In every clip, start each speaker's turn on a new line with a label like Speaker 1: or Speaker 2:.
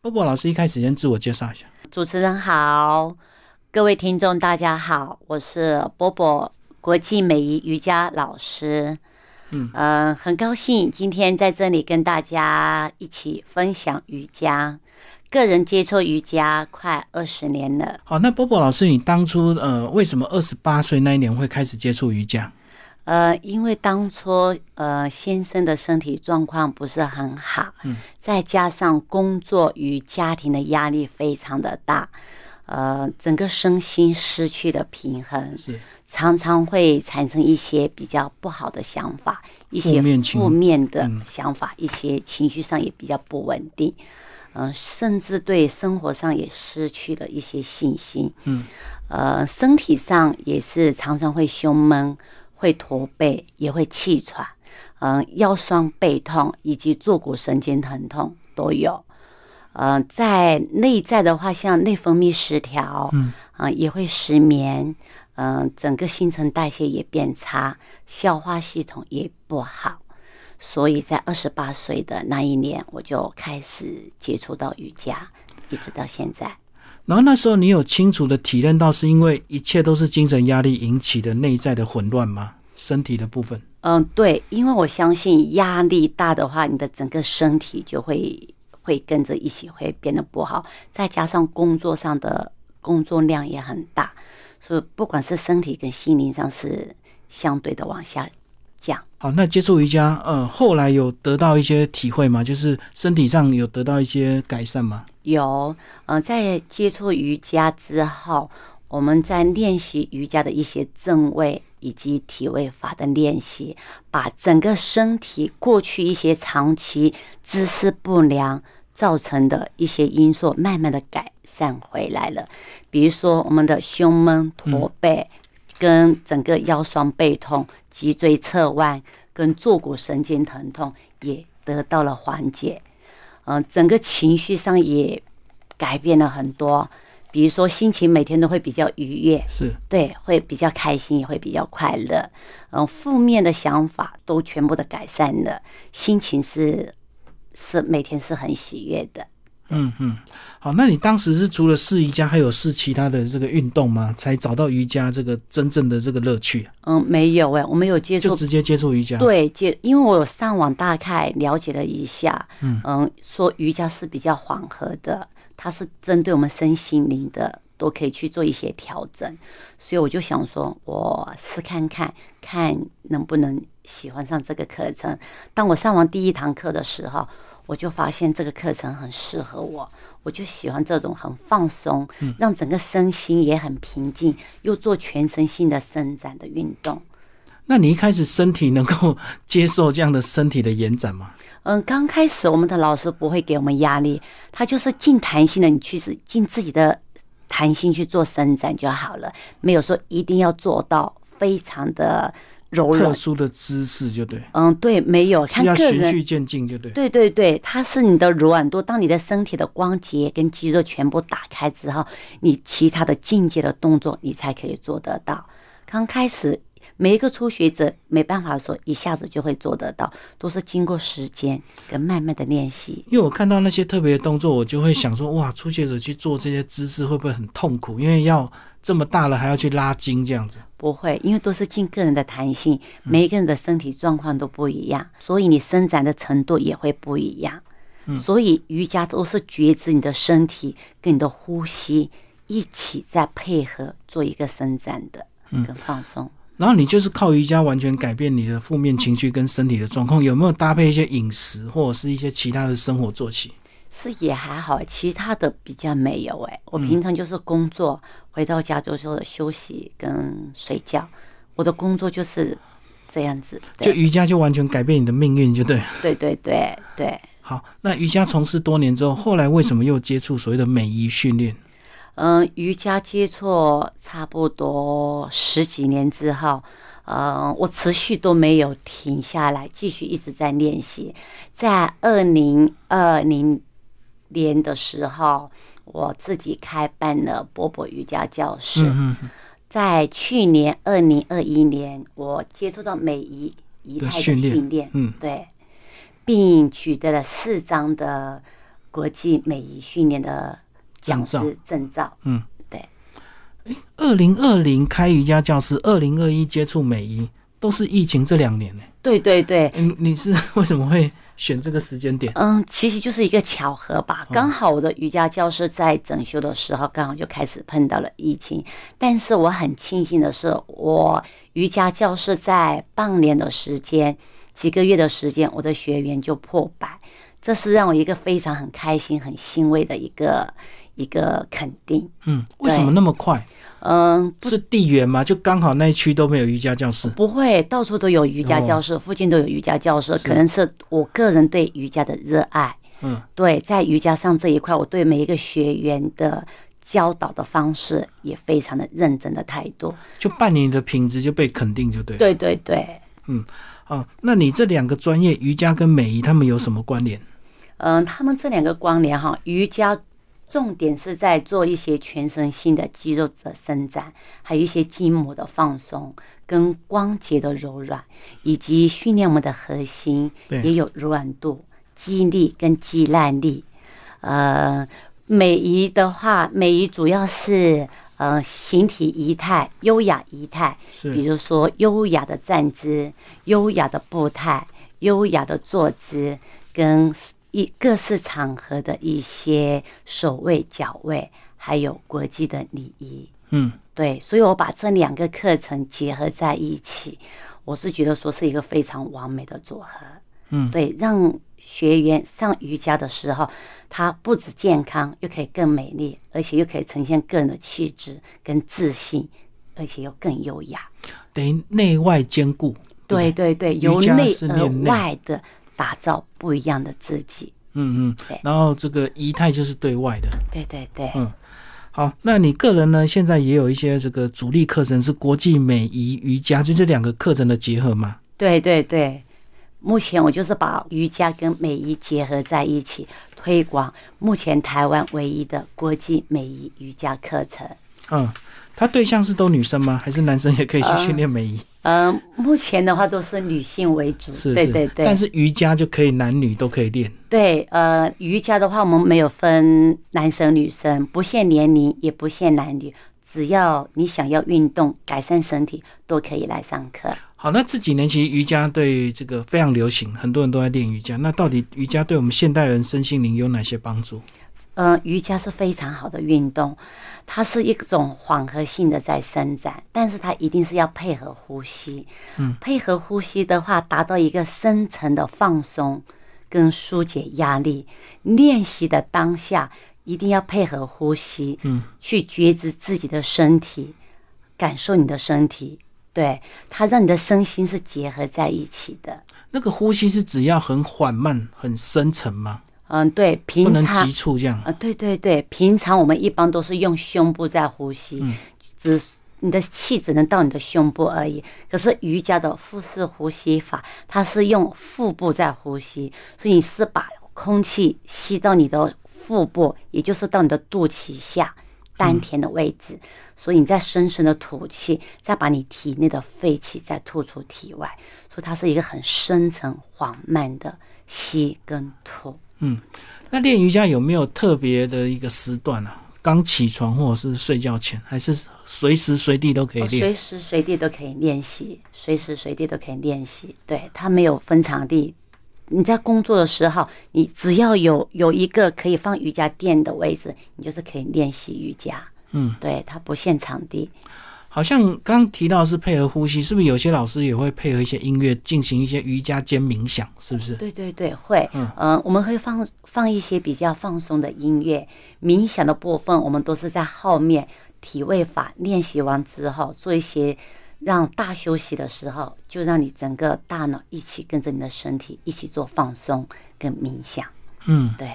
Speaker 1: 波波老师一开始先自我介绍一下。
Speaker 2: 主持人好，各位听众大家好，我是波波国际美仪瑜伽老师。嗯、呃，很高兴今天在这里跟大家一起分享瑜伽。个人接触瑜伽快二十年了，
Speaker 1: 好，那波波老师，你当初呃，为什么二十八岁那一年会开始接触瑜伽？
Speaker 2: 呃，因为当初呃先生的身体状况不是很好，嗯，再加上工作与家庭的压力非常的大，呃，整个身心失去了平衡，
Speaker 1: 是
Speaker 2: 常常会产生一些比较不好的想法，一些
Speaker 1: 负面情嗯
Speaker 2: 负面的想法，一些情绪上也比较不稳定，嗯、甚至对生活上也失去了一些信心，
Speaker 1: 嗯，
Speaker 2: 呃，身体上也是常常会胸闷，会驼背，也会气喘，嗯、腰酸背痛以及坐骨神经疼痛都有。呃，在内在的话，像内分泌失调，
Speaker 1: 嗯，
Speaker 2: 啊、也会失眠，嗯、整个新陈代谢也变差，消化系统也不好，所以在二十八岁的那一年，我就开始接触到瑜伽，一直到现在。
Speaker 1: 然后那时候你有清楚的体认到是因为一切都是精神压力引起的内在的混乱吗？身体的部分，
Speaker 2: 嗯，对，因为我相信压力大的话，你的整个身体就会会跟着一起会变得不好，再加上工作上的工作量也很大，所以不管是身体跟心灵上是相对的往下降。
Speaker 1: 好，那接触瑜伽，呃，后来有得到一些体会吗？就是身体上有得到一些改善吗？
Speaker 2: 有，呃，在接触瑜伽之后，我们在练习瑜伽的一些正位以及体位法的练习，把整个身体过去一些长期姿势不良造成的一些因素，慢慢的改善回来了。比如说我们的胸闷、驼背，跟整个腰酸背痛、脊椎侧弯跟坐骨神经疼痛也得到了缓解。嗯、整个情绪上也改变了很多，比如说心情每天都会比较愉悦，
Speaker 1: 是，
Speaker 2: 对，会比较开心，也会比较快乐。嗯、负面的想法都全部的改善了，心情是是每天是很喜悦的。
Speaker 1: 嗯嗯。好，那你当时是除了试瑜伽，还有试其他的这个运动吗？才找到瑜伽这个真正的这个乐趣，啊
Speaker 2: 嗯，没有哎、我们有接
Speaker 1: 就
Speaker 2: 触
Speaker 1: 直接接触瑜伽。，
Speaker 2: 对，就因为我有上网大概了解了一下，
Speaker 1: 嗯
Speaker 2: 说瑜伽是比较缓和的，它是针对我们身心灵的，都可以去做一些调整，所以我就想说，我试看看，看能不能喜欢上这个课程。当我上完第一堂课的时候。我就发现这个课程很适合我，我就喜欢这种很放松，让整个身心也很平静，又做全身性的伸展的运动。
Speaker 1: 那你一开始身体能够接受这样的身体的延展 吗？
Speaker 2: 嗯，刚开始我们的老师不会给我们压力，他就是尽弹性的，你去自尽自己的弹性去做伸展就好了，没有说一定要做到非常的柔
Speaker 1: 特
Speaker 2: 软。
Speaker 1: 殊的姿势就对，
Speaker 2: 嗯，对，没有
Speaker 1: 是
Speaker 2: 看
Speaker 1: 要
Speaker 2: 个
Speaker 1: 循
Speaker 2: 人。
Speaker 1: 序渐进就对。
Speaker 2: 对对对，它是你的柔软度。当你的身体的关节跟肌肉全部打开之后，你其他的进阶的动作你才可以做得到。刚开始，每一个初学者没办法说一下子就会做得到，都是经过时间跟慢慢的练习。
Speaker 1: 因为我看到那些特别的动作，我就会想说，哇，初学者去做这些姿势会不会很痛苦？因为要这么大了还要去拉筋这样子。
Speaker 2: 不会，因为都是尽个人的弹性，每一个人的身体状况都不一样，所以你伸展的程度也会不一样。所以瑜伽都是觉知你的身体跟你的呼吸一起在配合做一个伸展的跟放松。
Speaker 1: 然后你就是靠瑜伽完全改变你的负面情绪跟身体的状况，有没有搭配一些饮食或者是一些其他的生活作息？
Speaker 2: 是也还好，其他的比较没有哎、我平常就是工作，回到家就是休息跟睡觉，我的工作就是这样子。
Speaker 1: 就
Speaker 2: 对
Speaker 1: 瑜伽就完全改变你的命运，就对。
Speaker 2: 对对对对。
Speaker 1: 好，那瑜伽从事多年之后，后来为什么又接触所谓的美仪训练？
Speaker 2: 嗯，瑜伽接触差不多十几年之后，嗯，我持续都没有停下来，继续一直在练习。在二零二零年的时候，我自己开办了波波瑜伽教室。
Speaker 1: 嗯嗯，
Speaker 2: 在去年二零二一年，我接触到美仪仪态
Speaker 1: 的
Speaker 2: 的
Speaker 1: 训练
Speaker 2: 训练，
Speaker 1: 嗯
Speaker 2: 对，并取得了四张的国际美仪训练的讲
Speaker 1: 证
Speaker 2: 师证照。
Speaker 1: 嗯，
Speaker 2: 对。
Speaker 1: 二零二零开瑜伽教室，二零二一接触美医，都是疫情这两年呢、
Speaker 2: 对对对，
Speaker 1: 嗯，你是 为什么会选这个时间点？
Speaker 2: 嗯，其实就是一个巧合吧。刚好我的瑜伽教室在整修的时候，刚好就开始碰到了疫情。但是我很庆幸的是，我瑜伽教室在半年的时间、几个月的时间，我的学员就破百，这是让我一个非常很开心、很欣慰的一个一个肯定。
Speaker 1: 嗯，为什么那么快？
Speaker 2: 嗯，
Speaker 1: 是地缘嘛？就刚好那一区都没有瑜伽教室。
Speaker 2: 不会，到处都有瑜伽教室，附近都有瑜伽教室，可能是我个人对瑜伽的热爱。
Speaker 1: 嗯，
Speaker 2: 对，在瑜伽上这一块，我对每一个学员的教导的方式也非常的认真的态度。
Speaker 1: 就半年的品质就被肯定，就对了。
Speaker 2: 对对对，
Speaker 1: 哦，那你这两个专业，瑜伽跟美仪，他们有什么关联？
Speaker 2: 嗯，他们这两个关联哈，瑜伽重点是在做一些全身性的肌肉的伸展，还有一些筋膜的放松，跟关节的柔软，以及训练我们的核心，
Speaker 1: 对
Speaker 2: 也有柔软度、肌力跟肌耐力。呃，美仪的话，美仪主要是呃形体仪态、优雅仪态，比
Speaker 1: 是
Speaker 2: 如说优雅的站姿、优雅的步态、优雅的坐姿，跟一各式场合的一些手位、脚位，还有国际的礼仪。
Speaker 1: 嗯，
Speaker 2: 对，所以我把这两个课程结合在一起，我是觉得说是一个非常完美的组合。
Speaker 1: 嗯
Speaker 2: 对，让学员上瑜伽的时候，他不止健康，又可以更美丽，而且又可以呈现个人的气质跟自信，而且又更优雅。
Speaker 1: 等于内外兼顾。
Speaker 2: 对对对，由
Speaker 1: 瑜伽
Speaker 2: 内
Speaker 1: 是
Speaker 2: 而
Speaker 1: 练内
Speaker 2: 外的打造不一样的自己。
Speaker 1: 嗯嗯
Speaker 2: 对。
Speaker 1: 然后这个仪态就是对外的。
Speaker 2: 对对对，
Speaker 1: 嗯好，那你个人呢？现在也有一些这个主力课程是国际美仪瑜伽，就这两个课程的结合嘛。
Speaker 2: 对对对，目前我就是把瑜伽跟美仪结合在一起推广，目前台湾唯一的国际美仪瑜伽课程。
Speaker 1: 嗯，他对象是都女生吗？还是男生也可以去训练美仪？
Speaker 2: 呃，目前的话都是女性为主，
Speaker 1: 是是。
Speaker 2: 对对对。
Speaker 1: 但是瑜伽就可以男女都可以练。
Speaker 2: 对，呃，瑜伽的话，我们没有分男生女生，不限年龄，也不限男女，只要你想要运动、改善身体，都可以来上课。
Speaker 1: 好，那这几年其实瑜伽对这个非常流行，很多人都在练瑜伽。那到底瑜伽对我们现代人身心灵有哪些帮助？
Speaker 2: 呃，瑜伽是非常好的运动，它是一种缓和性的在伸展，但是它一定是要配合呼吸。嗯，配合呼吸的话，达到一个深层的放松跟疏解压力。练习的当下，一定要配合呼吸，嗯，去觉知自己的身体，感受你的身体。对，它让你的身心是结合在一起的。
Speaker 1: 那个呼吸是只要很缓慢、很深沉吗？
Speaker 2: 嗯，对，
Speaker 1: 不
Speaker 2: 平
Speaker 1: 能
Speaker 2: 常
Speaker 1: 急促这样。
Speaker 2: 啊，对对对，平常我们一般都是用胸部在呼吸，只你的气只能到你的胸部而已。可是瑜伽的腹式呼吸法，它是用腹部在呼吸，所以你是把空气吸到你的腹部，也就是到你的肚脐下丹田的位置。所以你再深深的吐气，再把你体内的废气再吐出体外，所以它是一个很深层缓慢的吸跟吐。
Speaker 1: 那练瑜伽有没有特别的一个时段啊？刚起床或者是睡觉前，还是随时随地都可以
Speaker 2: 哦
Speaker 1: 练？
Speaker 2: 随时随地都可以练习，随时随地都可以练习。对，它没有分场地。你在工作的时候，你只要有有一个可以放瑜伽垫的位置，你就是可以练习瑜伽。
Speaker 1: 嗯，
Speaker 2: 对，它不限场地。
Speaker 1: 好像刚刚提到是配合呼吸，是不是有些老师也会配合一些音乐进行一些瑜伽兼冥想？是不是？
Speaker 2: 哦对对对，会。
Speaker 1: 嗯
Speaker 2: 嗯、我们会放放一些比较放松的音乐，冥想的部分我们都是在后面体位法练习完之后，做一些让大休息的时候，就让你整个大脑一起跟着你的身体一起做放松跟冥想。
Speaker 1: 嗯，
Speaker 2: 对，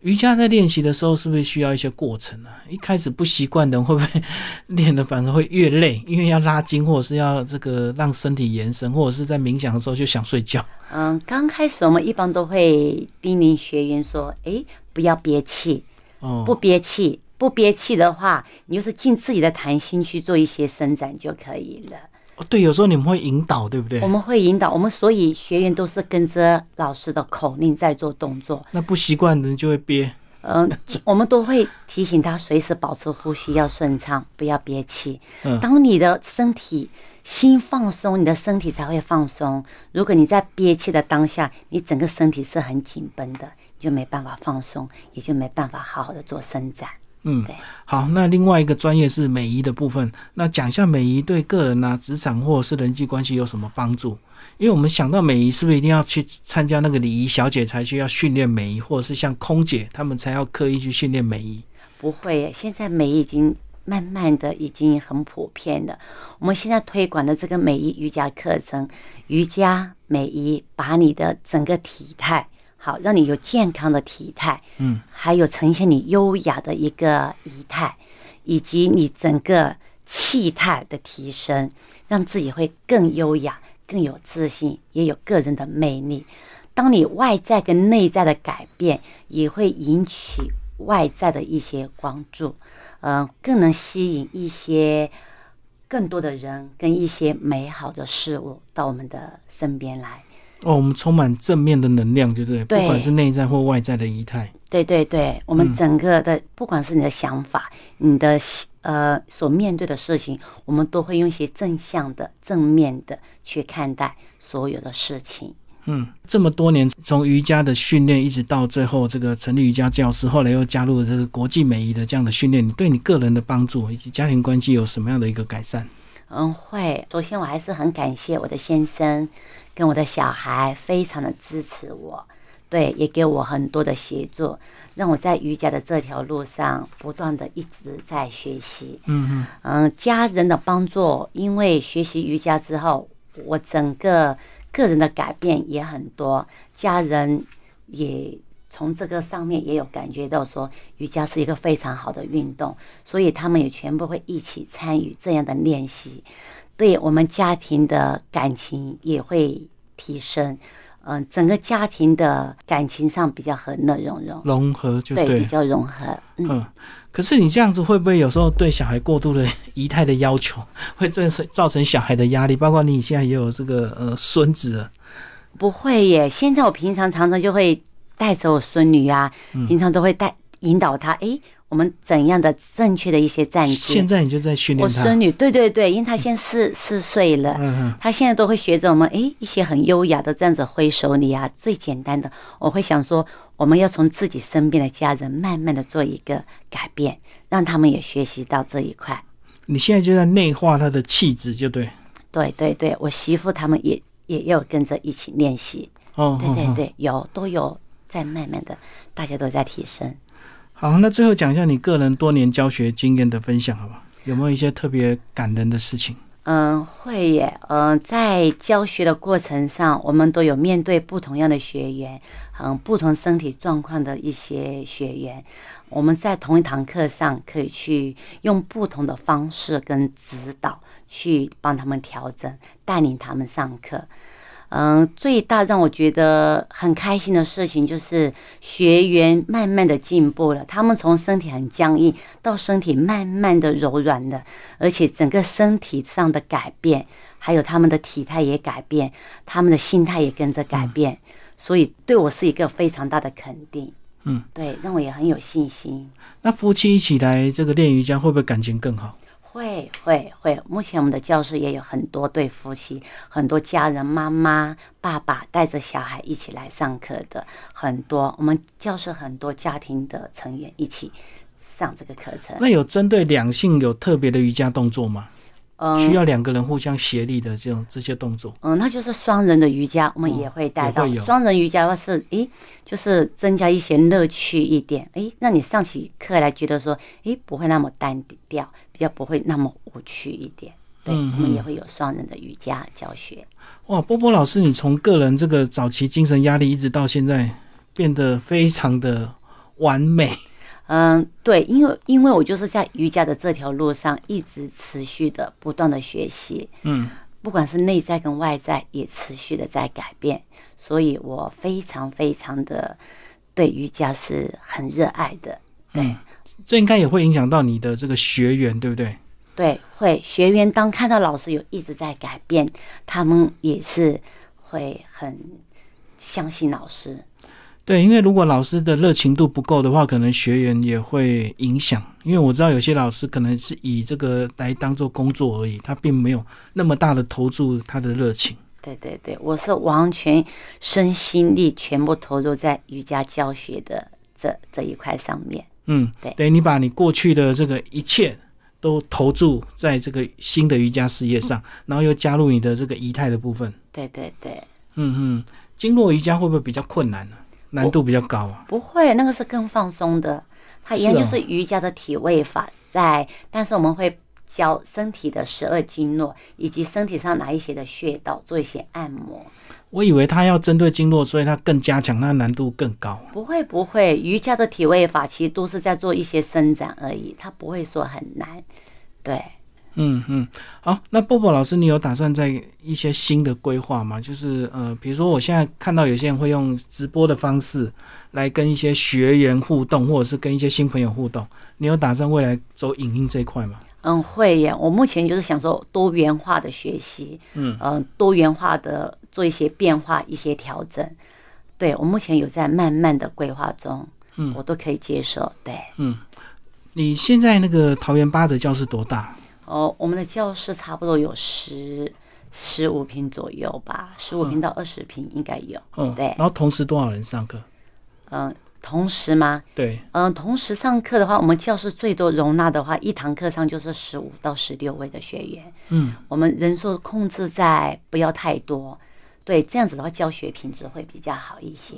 Speaker 1: 瑜伽在练习的时候是不是需要一些过程啊？一开始不习惯的人会不会练的反而会越累？因为要拉筋，或者是要这个让身体延伸，或者是在冥想的时候就想睡觉。
Speaker 2: 嗯，刚开始我们一般都会叮咛学员说：“诶，不要憋气，
Speaker 1: 哦，
Speaker 2: 不憋气，不憋气的话，你就是尽自己的弹性去做一些伸展就可以了。
Speaker 1: 哦哦对，有时候你们会引导，对不对
Speaker 2: 我？们会引导，我们所以学员都是跟着老师的口令在做动作。
Speaker 1: 那不习惯的人就会憋。
Speaker 2: 嗯、我们都会提醒他随时保持呼吸要顺畅，不要憋气。
Speaker 1: 嗯
Speaker 2: 当你的身体心放松，你的身体才会放松。如果你在憋气的当下，你整个身体是很紧绷的，你就没办法放松，也就没办法好好的做伸展。
Speaker 1: 嗯
Speaker 2: 对，
Speaker 1: 好，那另外一个专业是美仪的部分，那讲一下美仪对个人啊、职场或者是人际关系有什么帮助？因为我们想到美仪，是不是一定要去参加那个礼仪小姐才需要训练美仪，或者是像空姐她们才要刻意去训练美仪？
Speaker 2: 不会耶，现在美已经慢慢的已经很普遍了。我们现在推广的这个美仪瑜伽课程，瑜伽美仪把你的整个体态好，让你有健康的体态，
Speaker 1: 嗯，
Speaker 2: 还有呈现你优雅的一个仪态，以及你整个气态的提升，让自己会更优雅、更有自信，也有个人的魅力。当你外在跟内在的改变，也会引起外在的一些关注，嗯、更能吸引一些更多的人跟一些美好的事物到我们的身边来。
Speaker 1: 哦，我们充满正面的能量，对不对？
Speaker 2: 对
Speaker 1: 不管是内在或外在的仪态。
Speaker 2: 对对对，我们整个的，不管是你的想法，你的喜呃所面对的事情，我们都会用一些正向的、正面的去看待所有的事情。
Speaker 1: 嗯，这么多年从瑜伽的训练一直到最后这个成立瑜伽教师，后来又加入了这个国际美仪的这样的训练，你对你个人的帮助以及家庭关系有什么样的一个改善？
Speaker 2: 嗯，会。首先，我还是很感谢我的先生跟我的小孩，非常的支持我，对，也给我很多的协助，让我在瑜伽的这条路上不断的一直在学习。
Speaker 1: 嗯嗯。
Speaker 2: 嗯，家人的帮助，因为学习瑜伽之后，我整个个人的改变也很多，家人也从这个上面也有感觉到说，瑜伽是一个非常好的运动，所以他们也全部会一起参与这样的练习，对我们家庭的感情也会提升，嗯，整个家庭的感情上比较和乐融融，
Speaker 1: 融合就对
Speaker 2: 对，比
Speaker 1: 了。
Speaker 2: 较融合，嗯。
Speaker 1: 嗯，可是你这样子会不会有时候对小孩过度的仪态的要求，会造成造成小孩的压力？包括你现在也有这个呃孙子了，
Speaker 2: 不会耶，现在我平常常常就会带着我孙女啊，
Speaker 1: 嗯
Speaker 2: 平常都会带引导她，诶，我们怎样的正确的一些站
Speaker 1: 现
Speaker 2: 姿。
Speaker 1: 在你就在训
Speaker 2: 我
Speaker 1: 练他。
Speaker 2: 孙女，对对对，因为她现在四四岁了，
Speaker 1: 嗯嗯，
Speaker 2: 他现在都会学着我们，诶，一些很优雅的这样子挥手礼啊，最简单的，我会想说，我们要从自己身边的家人慢慢的做一个改变，让他们也学习到这一块。
Speaker 1: 你现在就在内化他的气质，就对。
Speaker 2: 对对对，我媳妇他们也也有跟着一起练习，
Speaker 1: 哦，
Speaker 2: 对
Speaker 1: 哦
Speaker 2: 对
Speaker 1: 哦
Speaker 2: 对，有都有在慢慢的，大家都在提升。
Speaker 1: 好，那最后讲一下你个人多年教学经验的分享，好不好？有没有一些特别感人的事情？
Speaker 2: 嗯，会耶。嗯，在教学的过程上，我们都有面对不同样的学员，嗯，不同身体状况的一些学员，我们在同一堂课上可以去用不同的方式跟指导去帮他们调整，带领他们上课。嗯，最大让我觉得很开心的事情就是学员慢慢的进步了，他们从身体很僵硬到身体慢慢的柔软了，而且整个身体上的改变，还有他们的体态也改变，他们的心态也跟着改变，所以对我是一个非常大的肯定。
Speaker 1: 嗯，
Speaker 2: 对，让我也很有信心。
Speaker 1: 那夫妻一起来这个练瑜伽，会不会感情更好？
Speaker 2: 会会会，目前我们的教室也有很多对夫妻，很多家人妈妈、爸爸带着小孩一起来上课的，很多我们教室很多家庭的成员一起上这个课程。
Speaker 1: 那有针对两性有特别的瑜伽动作吗？需
Speaker 2: 嗯
Speaker 1: 要两个人互相协力的这种这些动作？
Speaker 2: 嗯，那就是双人的瑜伽，我们也会带到、
Speaker 1: 嗯也会有
Speaker 2: 双人瑜伽的话是，诶，就是增加一些乐趣一点，诶，让你上起课来觉得说，诶，不会那么单调，比较不会那么无趣一点。对，
Speaker 1: 嗯
Speaker 2: 我们也会有双人的瑜伽教学。
Speaker 1: 哇，波波老师，你从个人这个早期精神压力一直到现在，变得非常的完美。
Speaker 2: 嗯，对，因为因为我就是在瑜伽的这条路上一直持续的不断的学习，
Speaker 1: 嗯，
Speaker 2: 不管是内在跟外在也持续的在改变，所以我非常非常的对瑜伽是很热爱的。对，
Speaker 1: 这应该也会影响到你的这个学员，对不对？
Speaker 2: 对，会学员当看到老师有一直在改变，他们也是会很相信老师。
Speaker 1: 对，因为如果老师的热情度不够的话，可能学员也会影响。因为我知道有些老师可能是以这个来当做工作而已，他并没有那么大的投注他的热情。
Speaker 2: 对对对，我是完全身心力全部投入在瑜伽教学的这这一块上面。
Speaker 1: 嗯，
Speaker 2: 对
Speaker 1: 等于你把你过去的这个一切都投注在这个新的瑜伽事业上，然后又加入你的这个仪态的部分。
Speaker 2: 对对对，
Speaker 1: 嗯嗯，经络瑜伽会不会比较困难呢、难度比较高啊？
Speaker 2: 不会，那个是更放松的，它一样
Speaker 1: 是啊
Speaker 2: 就是瑜伽的体位法在，但是我们会教身体的十二经络以及身体上哪一些的穴道做一些按摩。
Speaker 1: 我以为他要针对经络，所以他更加强，它难度更高。
Speaker 2: 不会不会，瑜伽的体位法其实都是在做一些伸展而已，它不会说很难。对，
Speaker 1: 嗯嗯，好，那波波老师，你有打算在一些新的规划吗？就是呃，比如说我现在看到有些人会用直播的方式来跟一些学员互动，或者是跟一些新朋友互动，你有打算未来走影音这一块吗？
Speaker 2: 嗯，会耶。我目前就是想说多元化的学习，
Speaker 1: 嗯
Speaker 2: 嗯，多元化的做一些变化、一些调整。对我目前有在慢慢的规划中，
Speaker 1: 嗯
Speaker 2: 我都可以接受。对，
Speaker 1: 嗯，你现在那个桃园八的教室多大？
Speaker 2: 哦，我们的教室差不多有十十五平左右吧，十五平到二十平应该有。
Speaker 1: 嗯，
Speaker 2: 对
Speaker 1: 然后同时多少人上课？
Speaker 2: 嗯，同时吗？
Speaker 1: 对，
Speaker 2: 嗯，同时上课的话，我们教室最多容纳的话，一堂课上就是十五到十六位的学员。
Speaker 1: 嗯，
Speaker 2: 我们人数控制在不要太多，对，这样子的话教学品质会比较好一些。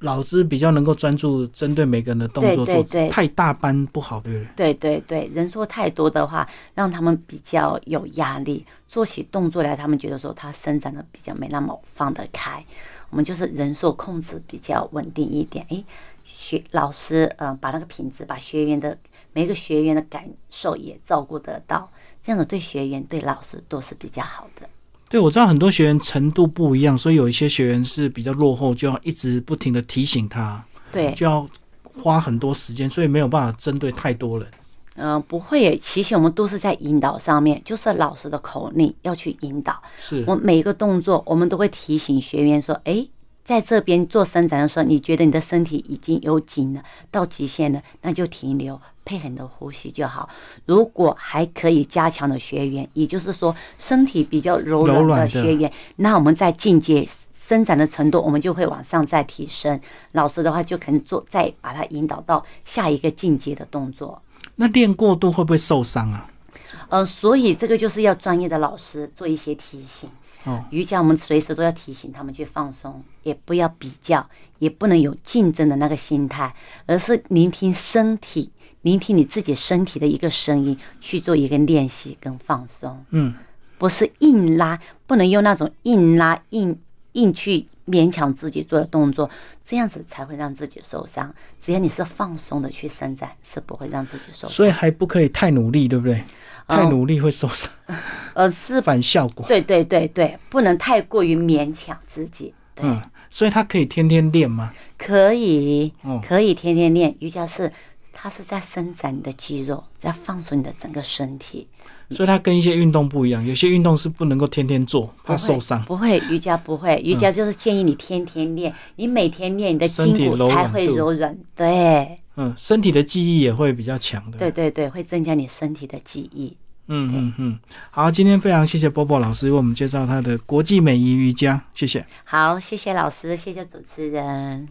Speaker 1: 老师比较能够专注针对每个人的动作
Speaker 2: 对
Speaker 1: 做，
Speaker 2: 对对
Speaker 1: 太大班不好，对不对？
Speaker 2: 对对对，人数太多的话，让他们比较有压力，做起动作来，他们觉得说他伸展的比较没那么放得开。我们就是人数控制比较稳定一点，诶，学老师呃把那个品质，把学员的每个学员的感受也照顾得到，这样子对学员对老师都是比较好的。
Speaker 1: 对，我知道很多学员程度不一样，所以有一些学员是比较落后，就要一直不停的提醒他，
Speaker 2: 对，
Speaker 1: 就要花很多时间，所以没有办法针对太多人。
Speaker 2: 嗯、不会耶，其实我们都是在引导上面，就是老师的口令要去引导。
Speaker 1: 是
Speaker 2: 我每一个动作，我们都会提醒学员说：“诶，在这边做伸展的时候，你觉得你的身体已经有紧了，到极限了，那就停留，配合你的呼吸就好。如果还可以加强的学员，也就是说身体比较
Speaker 1: 柔
Speaker 2: 柔软
Speaker 1: 软
Speaker 2: 的
Speaker 1: 的
Speaker 2: 学员，那我们在进阶伸展的程度，我们就会往上再提升。老师的话就可能做再把它引导到下一个进阶的动作。”
Speaker 1: 那练过度会不会受伤啊？
Speaker 2: 呃，所以这个就是要专业的老师做一些提醒。
Speaker 1: 哦，
Speaker 2: 瑜伽我们随时都要提醒他们去放松，也不要比较，也不能有竞争的那个心态，而是聆听身体，聆听你自己身体的一个声音，去做一个练习跟放松，
Speaker 1: 嗯，
Speaker 2: 不是硬拉，不能用那种硬拉硬。硬去勉强自己做的动作，这样子才会让自己受伤。只要你是放松的去伸展，是不会让自己受伤。
Speaker 1: 所以还不可以太努力，对不对？太努力会受伤，
Speaker 2: 呃，是，
Speaker 1: 反效果。
Speaker 2: 哦对对对对，不能太过于勉强自己。对，
Speaker 1: 嗯，所以他可以天天练吗？
Speaker 2: 可以
Speaker 1: 哦，
Speaker 2: 可以天天练瑜伽是，它是在伸展你的肌肉，在放松你的整个身体，
Speaker 1: 所以他跟一些运动不一样，有些运动是不能够天天做，怕
Speaker 2: 不会
Speaker 1: 受伤。嗯
Speaker 2: 不会，瑜伽不会，瑜伽就是建议你天天练，你每天练，你的
Speaker 1: 身体
Speaker 2: 筋骨
Speaker 1: 柔
Speaker 2: 才
Speaker 1: 软
Speaker 2: 会
Speaker 1: 度
Speaker 2: 柔软。对，
Speaker 1: 嗯，身体的记忆也会比较强的。
Speaker 2: 对对对，会增加你身体的记忆。
Speaker 1: 嗯嗯嗯，好，今天非常谢谢波波老师为我们介绍他的国际美仪瑜伽，谢谢。
Speaker 2: 好，谢谢老师，谢谢主持人。